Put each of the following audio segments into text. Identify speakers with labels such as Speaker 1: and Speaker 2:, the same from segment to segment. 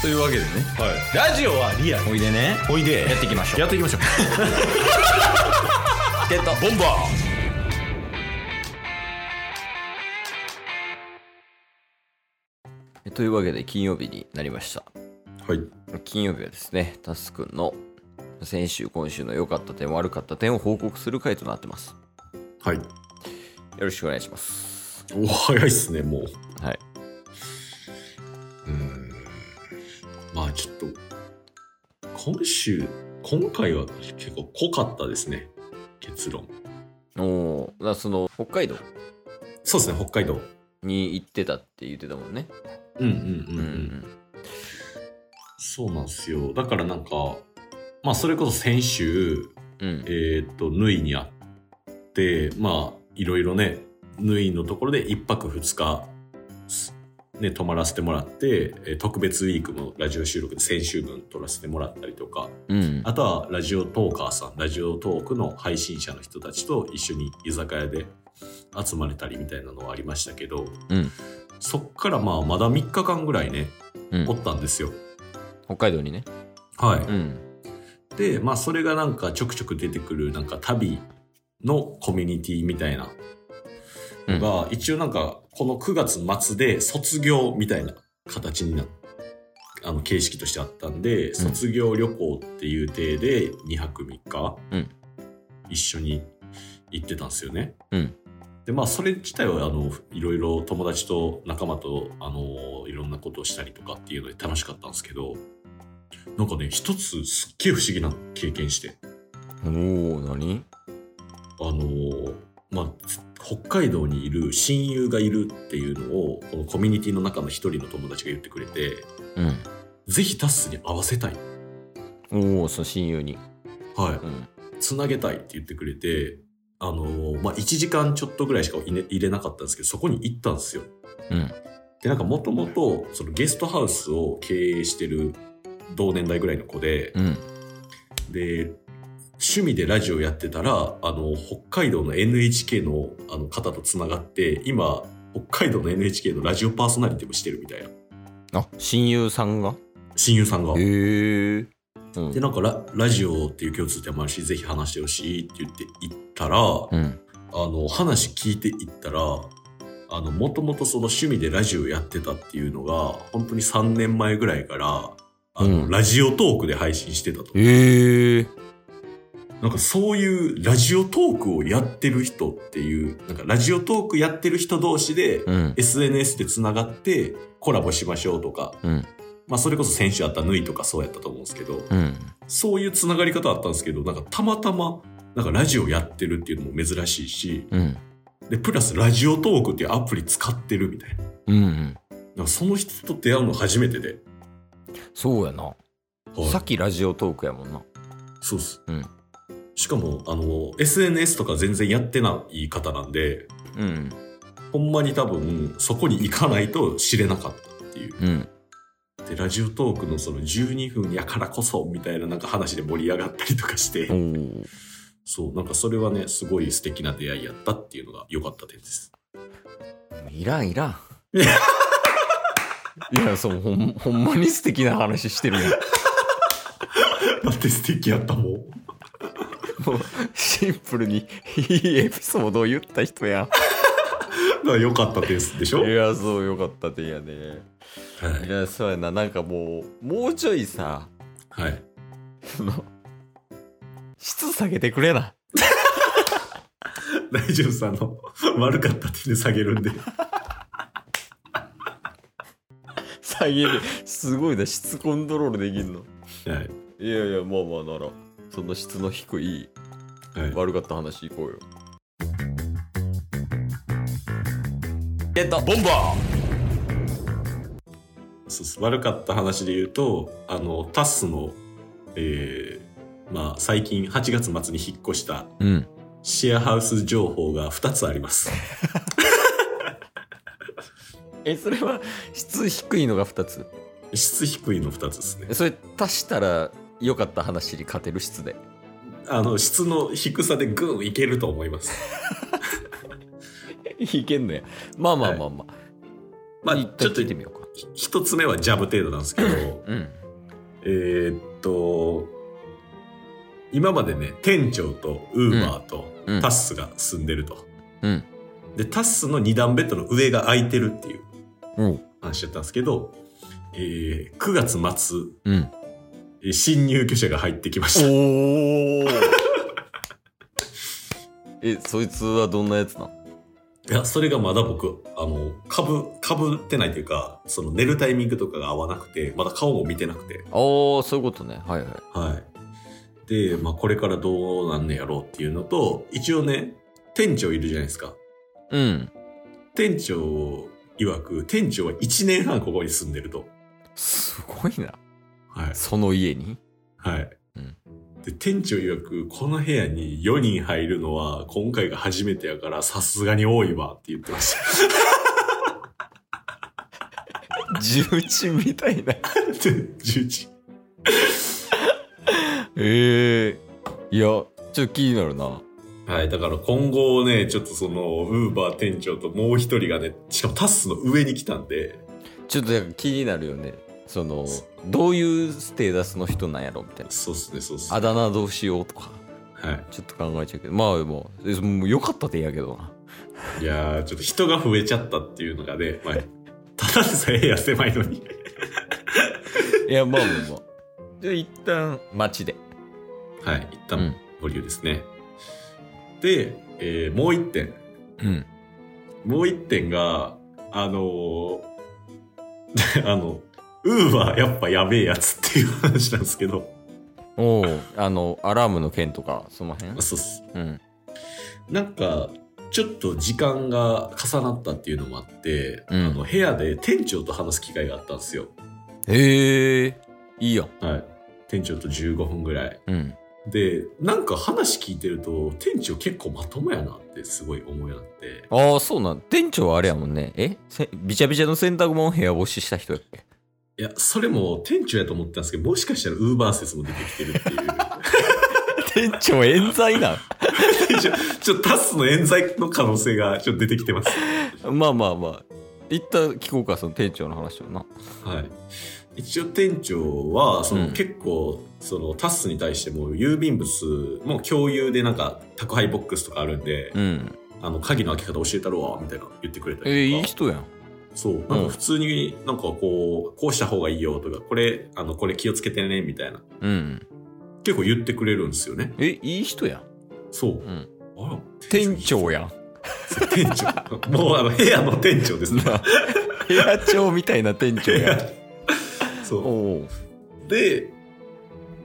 Speaker 1: というわけでね
Speaker 2: はい、ラジオはリアル
Speaker 1: おいでね
Speaker 2: おいで
Speaker 1: やっていきましょう
Speaker 2: やっていきまし ょう
Speaker 1: ゲット
Speaker 2: ボンバ
Speaker 3: えというわけで金曜日になりました
Speaker 1: はい
Speaker 3: 金曜日はですねタスくんの先週今週の良かった点悪かった点を報告する回となってます
Speaker 1: はい
Speaker 3: よろしくお願いします
Speaker 1: お早いっすねもう
Speaker 3: はい
Speaker 1: うんまあちょっと今週今回は結構濃かったですね結論
Speaker 3: おおだからその北海道
Speaker 1: そうですね北海道
Speaker 3: に行ってたって言ってたもんね
Speaker 1: うんうん
Speaker 3: う
Speaker 1: うん、うん、そうなんですよだからなんかまあそれこそ先週
Speaker 3: うんうん
Speaker 1: えーっと縫いにあってまあいろいろね縫いのところで1泊2日すね泊まらせてもらってえー特別ウィークもラジオ収録で先週分撮らせてもらったりとか
Speaker 3: うん
Speaker 1: あとはラジオトーカーさんラジオトークの配信者の人たちと一緒に居酒屋で集まれたりみたいなのはありましたけど、
Speaker 3: うん
Speaker 1: そっからまあまだ3日間ぐらいね
Speaker 3: うん
Speaker 1: おったんですよ。
Speaker 3: 北海道にね
Speaker 1: はい、
Speaker 3: うん
Speaker 1: でまあそれがなんかちょくちょく出てくるなんか旅のコミュニティみたいなのが、一応なんかこの9月末で卒業みたいな形になっあの形式としてあったんで、卒業旅行っていう体で2泊3日、
Speaker 3: うん
Speaker 1: 一緒に行ってたんですよね。
Speaker 3: うん
Speaker 1: でまあそれ自体はあのいろいろ友達と仲間とあのいろんなことをしたりとかっていうので楽しかったんですけどなんかね一つすっげえ不思議な経験して
Speaker 3: おお何
Speaker 1: あのーまあつ北海道にいる親友がいるっていうのをこのコミュニティの中の一人の友達が言ってくれてぜひタッスに会わせたい
Speaker 3: うんおおその親友に
Speaker 1: はい
Speaker 3: うん
Speaker 1: つなげたいって言ってくれて、あのーまあ、1時間ちょっとぐらいしか入れ入れなかったんですけど、そこに行ったんですよ。
Speaker 3: うん
Speaker 1: で、なんかもともと、そのゲストハウスを経営してる同年代ぐらいの子で、
Speaker 3: うん
Speaker 1: で、趣味でラジオやってたら、あの、北海道の NHK のあの方とつながって、今、北海道の NHK のラジオパーソナリティもしてるみたいな、
Speaker 3: あ親友さんが
Speaker 1: 親友さんが。
Speaker 3: へえうん
Speaker 1: で、なんかララジオっていう共通点もあるし、ぜひ話してほしいって言って行ったら、
Speaker 3: うん
Speaker 1: あの話聞いていったらあのもともとその趣味でラジオやってたっていうのが本当に3年前ぐらいからあの、
Speaker 3: うん
Speaker 1: ラジオトークで配信してたと
Speaker 3: へえ
Speaker 1: なんかそういうラジオトークをやってる人っていうなんかラジオトークやってる人同士で、
Speaker 3: うん
Speaker 1: SNS でつながってコラボしましょうとか、
Speaker 3: うん
Speaker 1: まあ、それこそ先週あったぬいとかそうやったと思うんですけど
Speaker 3: うん
Speaker 1: そういうつながり方あったんですけどなんかたまたまなんかラジオやってるっていうのも珍しいし
Speaker 3: うん
Speaker 1: でプラスラジオトークっていうアプリ使ってるみたいな
Speaker 3: うんうん
Speaker 1: なんかその人と出会うの初めてで、
Speaker 3: そうやな
Speaker 1: はい
Speaker 3: さっきラジオトークやもんな
Speaker 1: そうっす、
Speaker 3: うん
Speaker 1: しかもあの SNS とか全然やってない方なんで
Speaker 3: うん
Speaker 1: ほんまに多分そこに行かないと知れなかったっていう
Speaker 3: うん
Speaker 1: でラジオトークのその12分やからこそみたいななんか話で盛り上がったりとかして、
Speaker 3: おー
Speaker 1: そうなんかそれはねすごい素敵な出会いやったっていうのが良かった点です
Speaker 3: いらんいら んいやそうほんほんまに素敵な話してるや ん
Speaker 1: だって素敵やったもん
Speaker 3: もうシンプルにいいエピソードを言った人や
Speaker 1: だから良かった点ですでし
Speaker 3: ん
Speaker 1: ょ、
Speaker 3: いやそうよかったてやねいやそうやななんかもうもうちょいさ
Speaker 1: はい、はい、
Speaker 3: その質下げてくれな
Speaker 1: 大丈夫さんの悪かった点で下げるんで
Speaker 3: 下げるすごいな質コントロールできんの
Speaker 1: はい
Speaker 3: いやいやまあまあならその質の低い
Speaker 1: はい
Speaker 3: 悪かった話いこうよゲット
Speaker 2: ーボンバ
Speaker 1: そうそう悪かった話で言うとあのタッスの、えーまあ、最近8月末に引っ越した
Speaker 3: うん
Speaker 1: シェアハウス情報が2つあります
Speaker 3: えそれは質低いのが2つ
Speaker 1: 質低いの2つですね
Speaker 3: えそれ足したら良かった話に勝てる質で
Speaker 1: あの質の低さでグンいけると思います
Speaker 3: いけんのやまあまあまあまあ、
Speaker 1: まあ
Speaker 3: 一
Speaker 1: ち
Speaker 3: 回
Speaker 1: ょっと
Speaker 3: 聞いてみようか、
Speaker 1: ひ一つ目はジャブ程度なんですけど
Speaker 3: うん。
Speaker 1: えーっと、今までね、店長とウーバーと
Speaker 3: うん
Speaker 1: タッスが住んでると。
Speaker 3: うん。
Speaker 1: で、タッスの二段ベッドの上が空いてるっていう
Speaker 3: うん。
Speaker 1: 話だったんですけど、えー、9月末、
Speaker 3: うん。
Speaker 1: えー新入居者が入ってきました。
Speaker 3: おお。え、そいつはどんなやつなん
Speaker 1: いや、それがまだ僕、あの、かぶ、かぶってないというか、その寝るタイミングとかが合わなくて、まだ顔も見てなくて、
Speaker 3: ああ、そういうことね。はいはい。
Speaker 1: はい。で、まあ、これからどうなんねやろうっていうのと、一応ね、店長いるじゃないですか。
Speaker 3: うん。
Speaker 1: 店長曰く、店長は1年半ここに住んでると。
Speaker 3: すごいな。
Speaker 1: はい。
Speaker 3: その家に
Speaker 1: はい。
Speaker 3: うん
Speaker 1: で、店長曰く、この部屋に4人入るのは、今回が初めてやから、さすがに多いわって言ってました。
Speaker 3: 重鎮みたいな。
Speaker 1: 11
Speaker 3: ええいや、ちょっと気になるな。
Speaker 1: はい、だから今後ね、ちょっとその、ウーバー店長ともう一人がね、しかもタスの上に来たんで、
Speaker 3: ちょっとなんか気になるよね。その、どういうステータスの人なんやろみたいな。
Speaker 1: そうっすね、そうっすね。
Speaker 3: あだ名どうしようとか、
Speaker 1: は
Speaker 3: ちょっと考えちゃうけど。まあ、もうえ、もう良かったでいいやけどな。
Speaker 1: い。いやー、ちょっと人が増えちゃったっていうのがね、まあ、ただでさえ部屋狭いのに。
Speaker 3: いや、まあまあまあ。 じゃあ一旦、街で。
Speaker 1: はい、一
Speaker 3: う
Speaker 1: 旦
Speaker 3: ん
Speaker 1: 保留ですね。で、えーもう一点。
Speaker 3: うん。
Speaker 1: もう一点が、あのー あの、ウーバーやっぱやべえやつっていう話なんですけど、
Speaker 3: おお、あの、アラームの件とか、その辺
Speaker 1: そうっす。
Speaker 3: うん。
Speaker 1: なんかちょっと時間が重なったっていうのもあって、
Speaker 3: うん
Speaker 1: あの部屋で店長と話す機会があったんですよ、
Speaker 3: へえ、いいやん。
Speaker 1: はい、店長と15分ぐらい
Speaker 3: うん。
Speaker 1: でなんか話聞いてると店長結構まともやなってすごい思いなって
Speaker 3: ああ、そうなん。店長はあれやもんね。えせびちゃびちゃの洗濯物を部屋干しした人やっけ
Speaker 1: いやそれも店長やと思ってたんですけどもしかしたらウーバー説も出てきてるってい う
Speaker 3: 店長冤罪なん
Speaker 1: ちょちょっとタスの冤罪の可能性がちょっと出てきてます
Speaker 3: まあまあまあ一旦聞こうかその店長の話をな
Speaker 1: はい、一応店長はその、
Speaker 3: うん
Speaker 1: 結構そのタスに対しても郵便物も共有でなんか宅配ボックスとかあるんで、
Speaker 3: うん
Speaker 1: あの鍵の開け方教えたろわみたいなの言ってくれた
Speaker 3: え
Speaker 1: り
Speaker 3: いい
Speaker 1: とか、
Speaker 3: 人やん
Speaker 1: そうなんか普通になんかこうこうした方がいいよとかこれあのこれ気をつけてねみたいな
Speaker 3: うん
Speaker 1: 結構言ってくれるんですよね
Speaker 3: えいい人やん、
Speaker 1: そう
Speaker 3: うん、
Speaker 1: あら
Speaker 3: 店長やん
Speaker 1: 店長 もうあの部屋の店長ですね
Speaker 3: 部屋長みたいな店長やん
Speaker 1: そう
Speaker 3: おう
Speaker 1: で、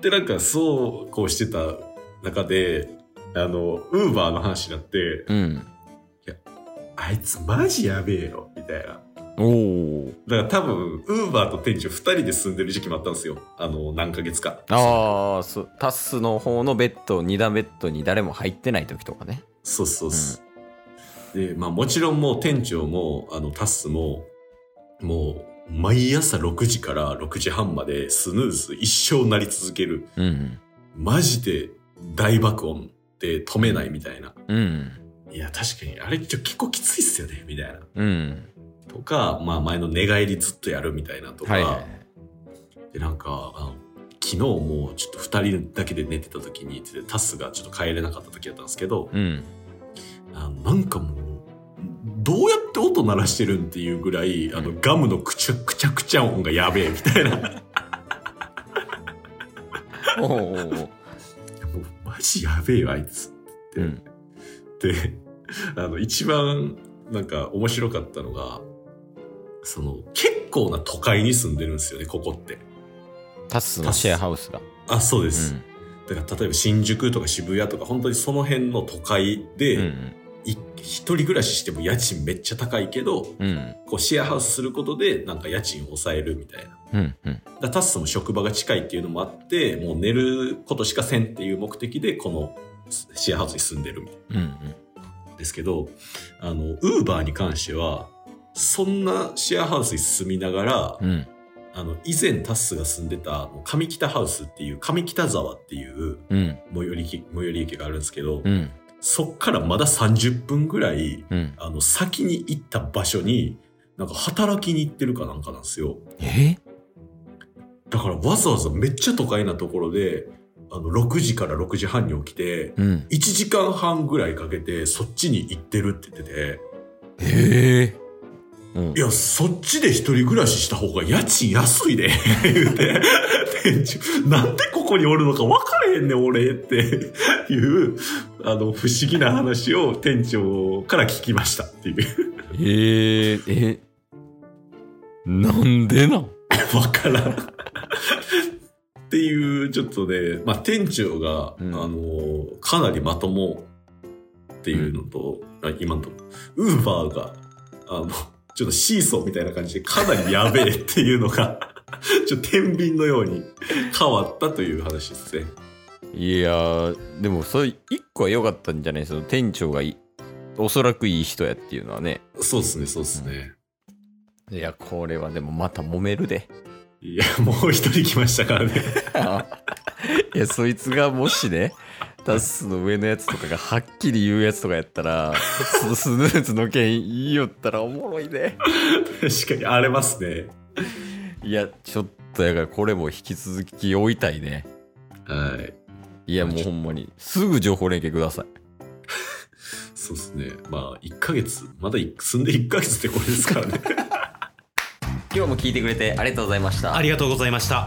Speaker 1: で、なんかそうこうしてた中で、あの、ウーバーの話になって、
Speaker 3: うん
Speaker 1: あいつマジやべえよ、みたいな。
Speaker 3: おお
Speaker 1: だから多分、ウーバーと店長二人で住んでる時期もあったんですよ。あの、何ヶ月か。
Speaker 3: ああタスの方のベッド二段ベッドに誰も入ってない時とかね
Speaker 1: そうそうそう。で、まあもちろんもう店長も、あの、タッスも、もう、毎朝6時から6時半までスヌーズ一生鳴り続ける。
Speaker 3: うん
Speaker 1: マジで大爆音で止めないみたいな。
Speaker 3: うん
Speaker 1: いや、確かに、あれちょ結構きついっすよね、みたいな。
Speaker 3: うん
Speaker 1: とか、まあ前の寝返りずっとやるみたいなとか、
Speaker 3: はいはいはい
Speaker 1: で、なんか、あの昨日もうちょっと二人だけで寝てた時に、でタスがちょっと帰れなかった時だったんですけど、
Speaker 3: うん
Speaker 1: あのなんかもう、どうやって音鳴らしてるんっていうぐらい、あの、ガムのくちゃくちゃくちゃ音がやべえ、みたいな。も
Speaker 3: おうおうおう
Speaker 1: うマジやべえよ、あいつ。って、
Speaker 3: うん
Speaker 1: で、 あの、一番、なんか面白かったのが、その、結構な都会に住んでるんですよね、ここって。
Speaker 3: タスのシェアハウスがう
Speaker 1: あ、そうです。
Speaker 3: ん
Speaker 1: だから、例えば新宿とか渋谷とか、本当にその辺の都会で、
Speaker 3: うん
Speaker 1: い一人暮らししても家賃めっちゃ高いけど、
Speaker 3: うん
Speaker 1: こうシェアハウスすることで、なんか家賃を抑えるみたいな。だか
Speaker 3: うんうん
Speaker 1: らタッスも職場が近いっていうのもあって、もう寝ることしかせんっていう目的で、このシェアハウスに住んでるみたいな。
Speaker 3: うん
Speaker 1: ですけどあのウーバーに関してはそんなシェアハウスに住みながら、
Speaker 3: うん
Speaker 1: あの以前タッスが住んでたあの上北ハウスっていう上北沢っていう
Speaker 3: うん
Speaker 1: 最寄り駅最寄り駅があるんですけど、
Speaker 3: うん
Speaker 1: そっからまだ30分ぐらい
Speaker 3: うん
Speaker 1: あの先に行った場所になんか働きに行ってるかなんかなんですよ。
Speaker 3: え
Speaker 1: だからわざわざめっちゃ都会なところで、あの、6時から6時半に起きて、
Speaker 3: うん。
Speaker 1: 1時間半ぐらいかけてそっちに行ってるって言ってて、
Speaker 3: ええうん
Speaker 1: い。や、そっちで一人暮らしした方が家賃安いで、 言うて、店長、なんでここにおるのか分からへんねん、俺、って いう、あの、不思議な話を店長から聞きましたっていう。
Speaker 3: えええなんでなん
Speaker 1: わからん。っていう、ちょっとね、まあ、店長が、
Speaker 3: うん
Speaker 1: あの、かなりまともっていうのと、あ今のとこ、ウーバーが、あの、ちょっとシーソーみたいな感じでかなりやべえっていうのが、 ちょっと天秤のように変わったという話ですね。
Speaker 3: いやーでもそれ一個は良かったんじゃないその店長がいおそらくいい人やっていうのはね
Speaker 1: そうですね、そうですね。
Speaker 3: いやこれはでもまた揉めるで
Speaker 1: いや、もう一人来ましたからね。
Speaker 3: いやそいつがもし ねタスの上のやつとかがはっきり言うやつとかやった らそのスヌーズの件言いよったらおもろいで
Speaker 1: 確かに荒れますね。
Speaker 3: いやちょっとやからこれも引き続き追いたいね
Speaker 1: はい。
Speaker 3: いやもうほんまにすぐ情報連携ください
Speaker 1: そうですね。まあ、1ヶ月、まだい住んで1ヶ月ってこれですからね。
Speaker 3: 今日も聞いてくれてありがとうございました
Speaker 2: ありがとうございました